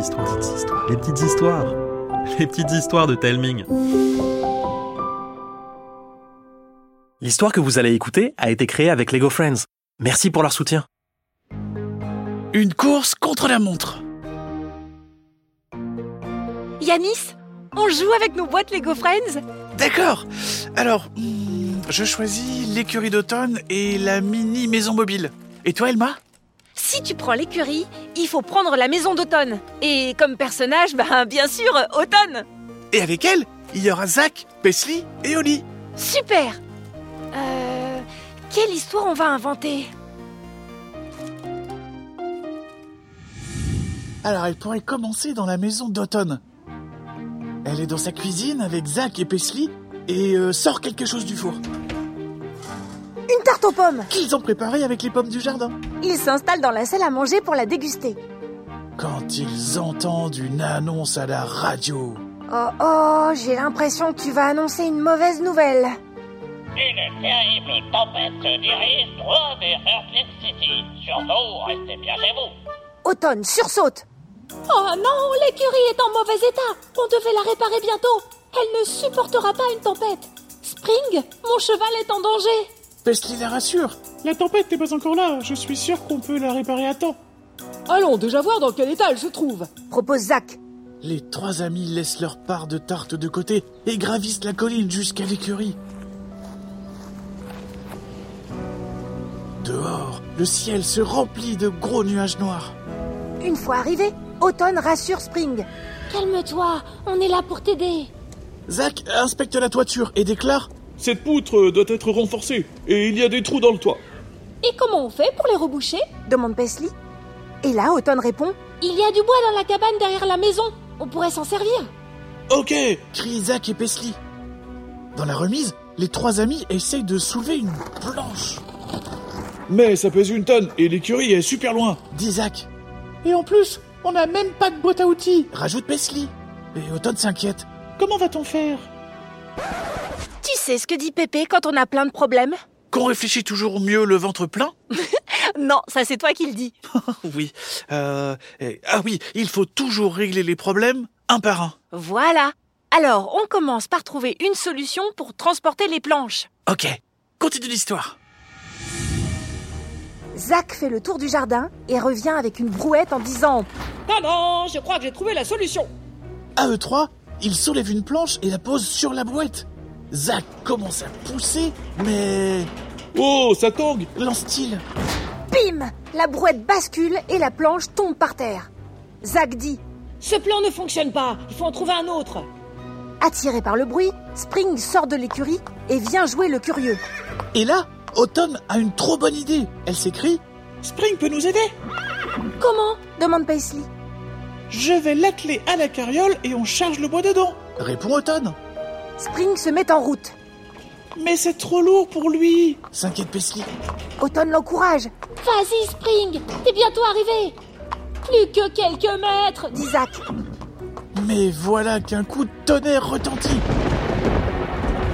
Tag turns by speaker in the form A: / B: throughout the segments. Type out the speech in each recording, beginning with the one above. A: histoires. Les petites histoires. Les petites histoires de Telming.
B: L'histoire que vous allez écouter a été créée avec Lego Friends. Merci pour leur soutien.
C: Une course contre la montre.
D: Yanis, on joue avec nos boîtes Lego Friends
C: D'accord. Alors, hmm, je choisis l'écurie d'automne et la mini maison mobile. Et toi, Elma
D: Si tu prends l'écurie, il faut prendre la maison d'automne. Et comme personnage, ben, bien sûr, automne
C: Et avec elle, il y aura Zach, Paisley et Oli.
D: Super Euh. Quelle histoire on va inventer
C: Alors, elle pourrait commencer dans la maison d'automne. Elle est dans sa cuisine avec Zach et Paisley et euh, sort quelque chose du four
E: Une tarte aux pommes.
C: qu'ils ont préparé avec les pommes du jardin.
E: Ils s'installent dans la salle à manger pour la déguster.
C: Quand ils entendent une annonce à la radio.
E: Oh oh, j'ai l'impression que tu vas annoncer une mauvaise nouvelle.
F: Une terrible tempête se dirige droit vers Earthlit City. Surtout, restez bien chez vous.
E: Automne, sursaute.
G: Oh non, l'écurie est en mauvais état. On devait la réparer bientôt. Elle ne supportera pas une tempête. Spring, mon cheval est en danger.
C: Paisley la rassure.
H: La tempête n'est pas encore là, je suis sûr qu'on peut la réparer à temps.
G: Allons déjà voir dans quel état elle se trouve.
E: Propose Zach.
C: Les trois amis laissent leur part de tarte de côté et gravissent la colline jusqu'à l'écurie. Dehors, le ciel se remplit de gros nuages noirs.
E: Une fois arrivé, Automne rassure Spring.
G: Calme-toi, on est là pour t'aider.
C: Zach inspecte la toiture et déclare
H: Cette poutre doit être renforcée, et il y a des trous dans le toit.
G: Et comment on fait pour les reboucher
E: Demande Paisley. Et là, Automne répond.
G: Il y a du bois dans la cabane derrière la maison. On pourrait s'en servir.
C: Ok crient Zach et Paisley. Dans la remise, les trois amis essayent de soulever une planche,
H: Mais ça pèse une tonne, et l'écurie est super loin.
C: dit Zach.
I: Et en plus, on n'a même pas de boîte à outils.
C: Rajoute Paisley. Et Automne s'inquiète.
I: Comment va-t-on faire
D: Tu sais ce que dit Pépé quand on a plein de problèmes
C: Qu'on réfléchit toujours mieux le ventre plein
D: Non, ça c'est toi qui le dis.
C: Oui. Euh, eh, ah oui, il faut toujours régler les problèmes un par un.
D: Voilà. Alors, on commence par trouver une solution pour transporter les planches.
C: Ok, continue l'histoire.
E: Zach fait le tour du jardin et revient avec une brouette en disant
G: Tadam, je crois que j'ai trouvé la solution.
C: À eux trois, ils soulèvent une planche et la posent sur la brouette. Zach commence à pousser, mais
H: Oh, ça tangue
C: lance-t-il
E: Bim La brouette bascule et la planche tombe par terre. Zach dit
G: Ce plan ne fonctionne pas. Il faut en trouver un autre.
E: Attiré par le bruit, Spring sort de l'écurie et vient jouer le curieux.
C: Et là, Autumn a une trop bonne idée. Elle s'écrie
I: Spring peut nous aider
G: Comment
E: Demande Paisley.
I: Je vais l'atteler à la carriole et on charge le bois dedans.
C: Répond Autumn.
E: Spring se met en route.
I: Mais c'est trop lourd pour lui.
C: S'inquiète Paisley.
E: Automne l'encourage,
G: Vas-y, Spring, t'es bientôt arrivé. Plus que quelques mètres.
E: dit Zach.
C: Mais voilà qu'un coup de tonnerre retentit.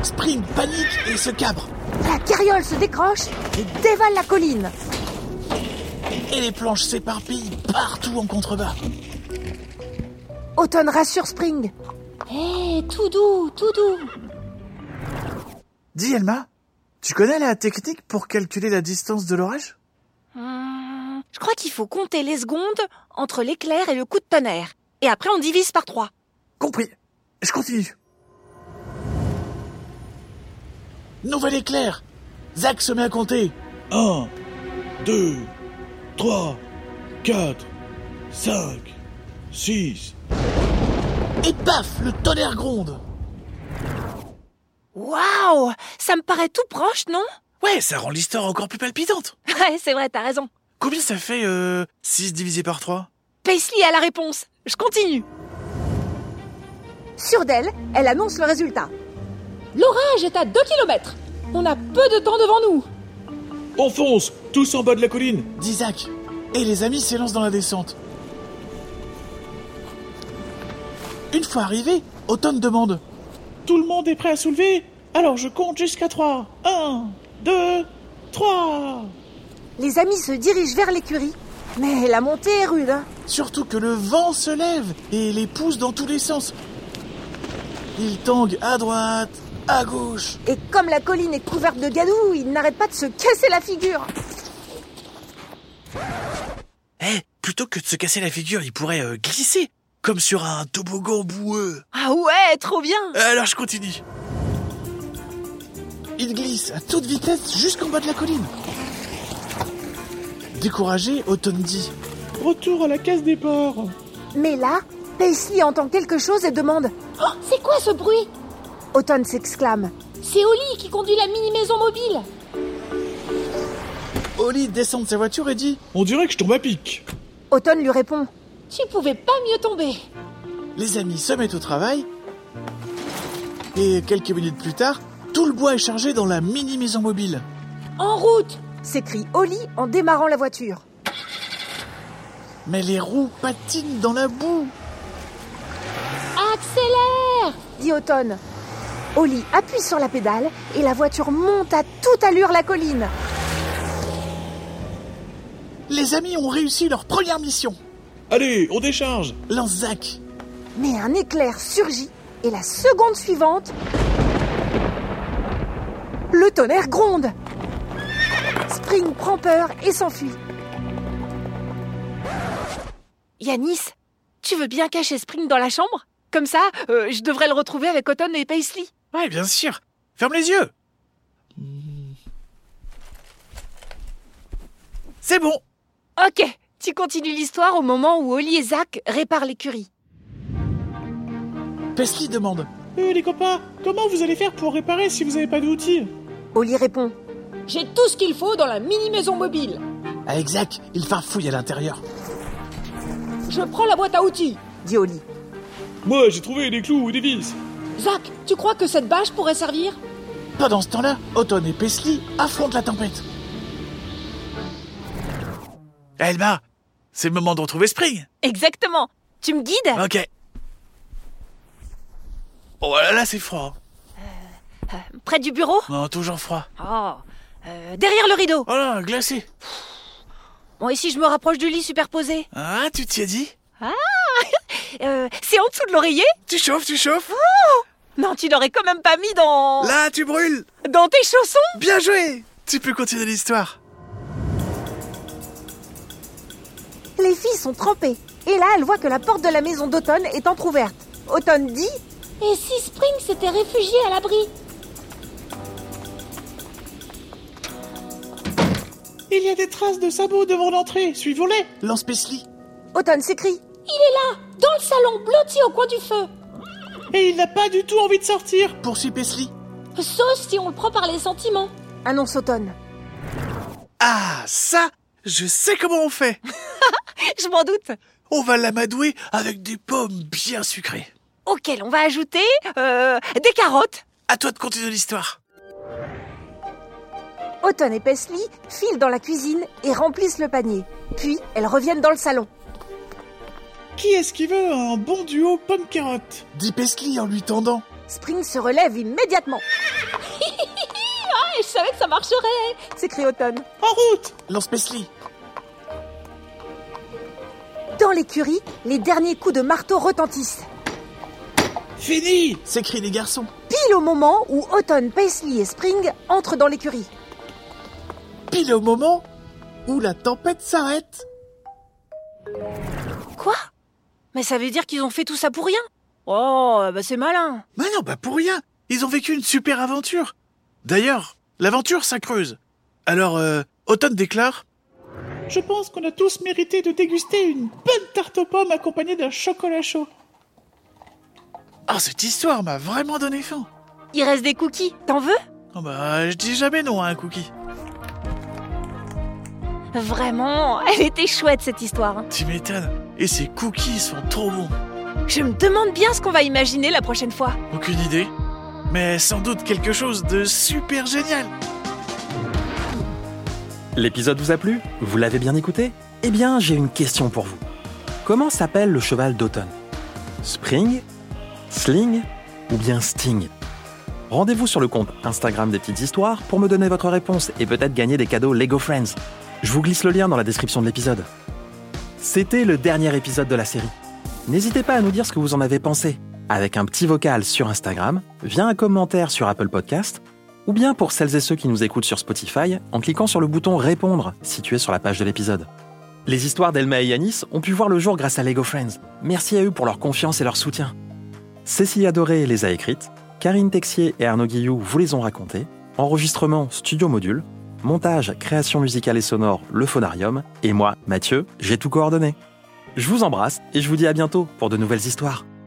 C: Spring panique et se cabre.
E: La carriole se décroche et dévale la colline.
C: Et les planches s'éparpillent partout en contrebas.
E: Automne rassure Spring.
G: Eh, tout doux, tout doux.
C: Dis Elma, tu connais la technique pour calculer la distance de l'orage
D: Hmm, Je crois qu'il faut compter les secondes entre l'éclair et le coup de tonnerre. Et après, on divise par trois.
C: Compris. Je continue. Nouvel éclair. Zach se met à compter.
H: 1, 2, 3, 4, 5, 6.
C: Et paf, le tonnerre gronde.
D: Waouh Ça me paraît tout proche, non
C: Ouais, ça rend l'histoire encore plus palpitante.
D: Ouais, c'est vrai, t'as raison.
C: Combien ça fait, euh, 6 divisé par 3
D: Paisley a la réponse. Je continue.
E: Sûre d'elle, elle annonce le résultat.
G: L'orage est à 2 km. On a peu de temps devant nous.
H: On fonce, tous en bas de la colline.
C: Dit Zach. Et les amis s'élancent dans la descente. Une fois arrivé, Autumn demande.
I: Tout le monde est prêt à soulever Alors je compte jusqu'à 3. 1, 2, 3.
E: Les amis se dirigent vers l'écurie, Mais la montée est rude, hein.
C: Surtout que le vent se lève et les pousse dans tous les sens. Il tangue à droite, à gauche.
E: Et comme la colline est couverte de gadou, il n'arrête pas de se casser la figure.
B: Eh, plutôt que de se casser la figure, il pourrait euh, glisser, comme sur un toboggan boueux.
D: Ah ouais, trop bien
B: Alors je continue.
C: Il glisse à toute vitesse jusqu'en bas de la colline. Découragé, Autumn dit
I: Retour à la case départ.
E: Mais là, Paisley entend quelque chose et demande.
G: Oh, c'est quoi ce bruit
E: Autumn s'exclame.
G: C'est Oli qui conduit la mini-maison mobile.
C: Oli descend de sa voiture et dit
H: On dirait que je tombe à pic.
E: Autumn lui répond.
G: Tu pouvais pas mieux tomber.
C: Les amis se mettent au travail. Et quelques minutes plus tard, tout le bois est chargé dans la mini maison mobile.
G: En route
E: S'écrie Oli en démarrant la voiture.
C: Mais les roues patinent dans la boue.
G: Accélère
E: Dit Automne. Oli appuie sur la pédale et la voiture monte à toute allure la colline.
C: Les amis ont réussi leur première mission.
H: Allez, on décharge.
C: Lance Zach.
E: Mais un éclair surgit et la seconde suivante, le tonnerre gronde. Spring prend peur et s'enfuit.
D: Yanis, tu veux bien cacher Spring dans la chambre Comme ça, euh, je devrais le retrouver avec Autumn et Paisley.
C: Ouais, bien sûr. Ferme les yeux. Hmm. C'est bon.
D: Ok, tu continues l'histoire au moment où Oli et Zach réparent l'écurie.
C: Paisley demande
I: Euh, les copains, comment vous allez faire pour réparer si vous n'avez pas d'outils
E: Oli répond.
G: J'ai tout ce qu'il faut dans la mini-maison mobile.
C: Avec Zach, Ah, il farfouille à l'intérieur.
G: Je prends la boîte à outils.
E: Dit Oli.
H: Moi, j'ai trouvé des clous ou des vis.
G: Zach, tu crois que cette bâche pourrait servir
C: Pendant ce temps-là, Autumn et Paisley affrontent la tempête. Elma, c'est le moment de retrouver Spring.
D: Exactement. Tu me guides
C: Ok. Oh là là, c'est froid.
D: Près du bureau
C: Non, toujours froid.
D: Oh, euh, derrière le rideau.
C: Oh là, glacé.
D: Bon, et si je me rapproche du lit superposé
C: Ah, tu t'y as dit
D: Euh, C'est en dessous de l'oreiller
C: Tu chauffes, tu chauffes.
D: Non, tu l'aurais quand même pas mis dans...
C: Là, tu brûles.
D: Dans tes chaussons
C: Bien joué. Tu peux continuer l'histoire.
E: Les filles sont trempées. Et là, elles voient que la porte de la maison d'Automne est entr'ouverte. Automne dit
G: Et si Spring s'était réfugié à l'abri
I: Il y a des traces de sabots devant l'entrée, suivons-les.
C: Lance Paisley.
E: Automne s'écrie.
G: Il est là, dans le salon, blotti au coin du feu.
I: Et il n'a pas du tout envie de sortir.
C: Poursuit Paisley.
G: Sauf si on le prend par les sentiments.
E: Annonce Automne.
C: Ah, ça, je sais comment on fait.
D: Je m'en doute.
C: On va l'amadouer avec des pommes bien sucrées.
D: Auquel on va ajouter euh, des carottes.
C: À toi de continuer l'histoire.
E: Automne et Paisley filent dans la cuisine et remplissent le panier. Puis, elles reviennent dans le salon.
I: Qui est-ce qui veut un bon duo pomme-carotte
C: Dit Paisley en lui tendant.
E: Spring se relève immédiatement.
G: Ah, et je savais que ça marcherait.
E: S'écrie Automne.
I: En route
C: Lance Paisley.
E: Dans l'écurie, les derniers coups de marteau retentissent.
C: Fini s'écrient les garçons.
E: Pile au moment où Automne, Paisley et Spring entrent dans l'écurie.
C: Pile au moment où la tempête s'arrête.
D: Quoi Mais ça veut dire qu'ils ont fait tout ça pour rien Oh, bah c'est malin.
C: Mais non, bah pour rien. Ils ont vécu une super aventure. D'ailleurs, l'aventure, ça creuse. Alors, euh, Autumn déclare
I: Je pense qu'on a tous mérité de déguster une bonne tarte aux pommes accompagnée d'un chocolat chaud.
C: Ah, cette histoire m'a vraiment donné faim.
D: Il reste des cookies. T'en veux
C: Oh bah, je dis jamais non à un cookie.
D: Vraiment, elle était chouette cette histoire. hein.
C: Tu m'étonnes. Et ces cookies sont trop bons.
D: Je me demande bien ce qu'on va imaginer la prochaine fois.
C: Aucune idée. Mais sans doute quelque chose de super génial.
B: L'épisode vous a plu Vous l'avez bien écouté Eh bien, j'ai une question pour vous. Comment s'appelle le cheval d'automne Spring Sling Ou bien Sting Rendez-vous sur le compte Instagram des petites histoires pour me donner votre réponse et peut-être gagner des cadeaux Lego Friends. Je vous glisse le lien dans la description de l'épisode. C'était le dernier épisode de la série. N'hésitez pas à nous dire ce que vous en avez pensé, avec un petit vocal sur Instagram, via un commentaire sur Apple Podcast, ou bien pour celles et ceux qui nous écoutent sur Spotify, en cliquant sur le bouton Répondre situé sur la page de l'épisode. Les histoires d'Elma et Yanis ont pu voir le jour grâce à Lego Friends. Merci à eux pour leur confiance et leur soutien. Cécile Adoré les a écrites, Karine Texier et Arnaud Guillou vous les ont racontées, enregistrement Studio Module, montage, création musicale et sonore Le Phonarium, et moi, Mathieu, j'ai tout coordonné. Je vous embrasse et je vous dis à bientôt pour de nouvelles histoires.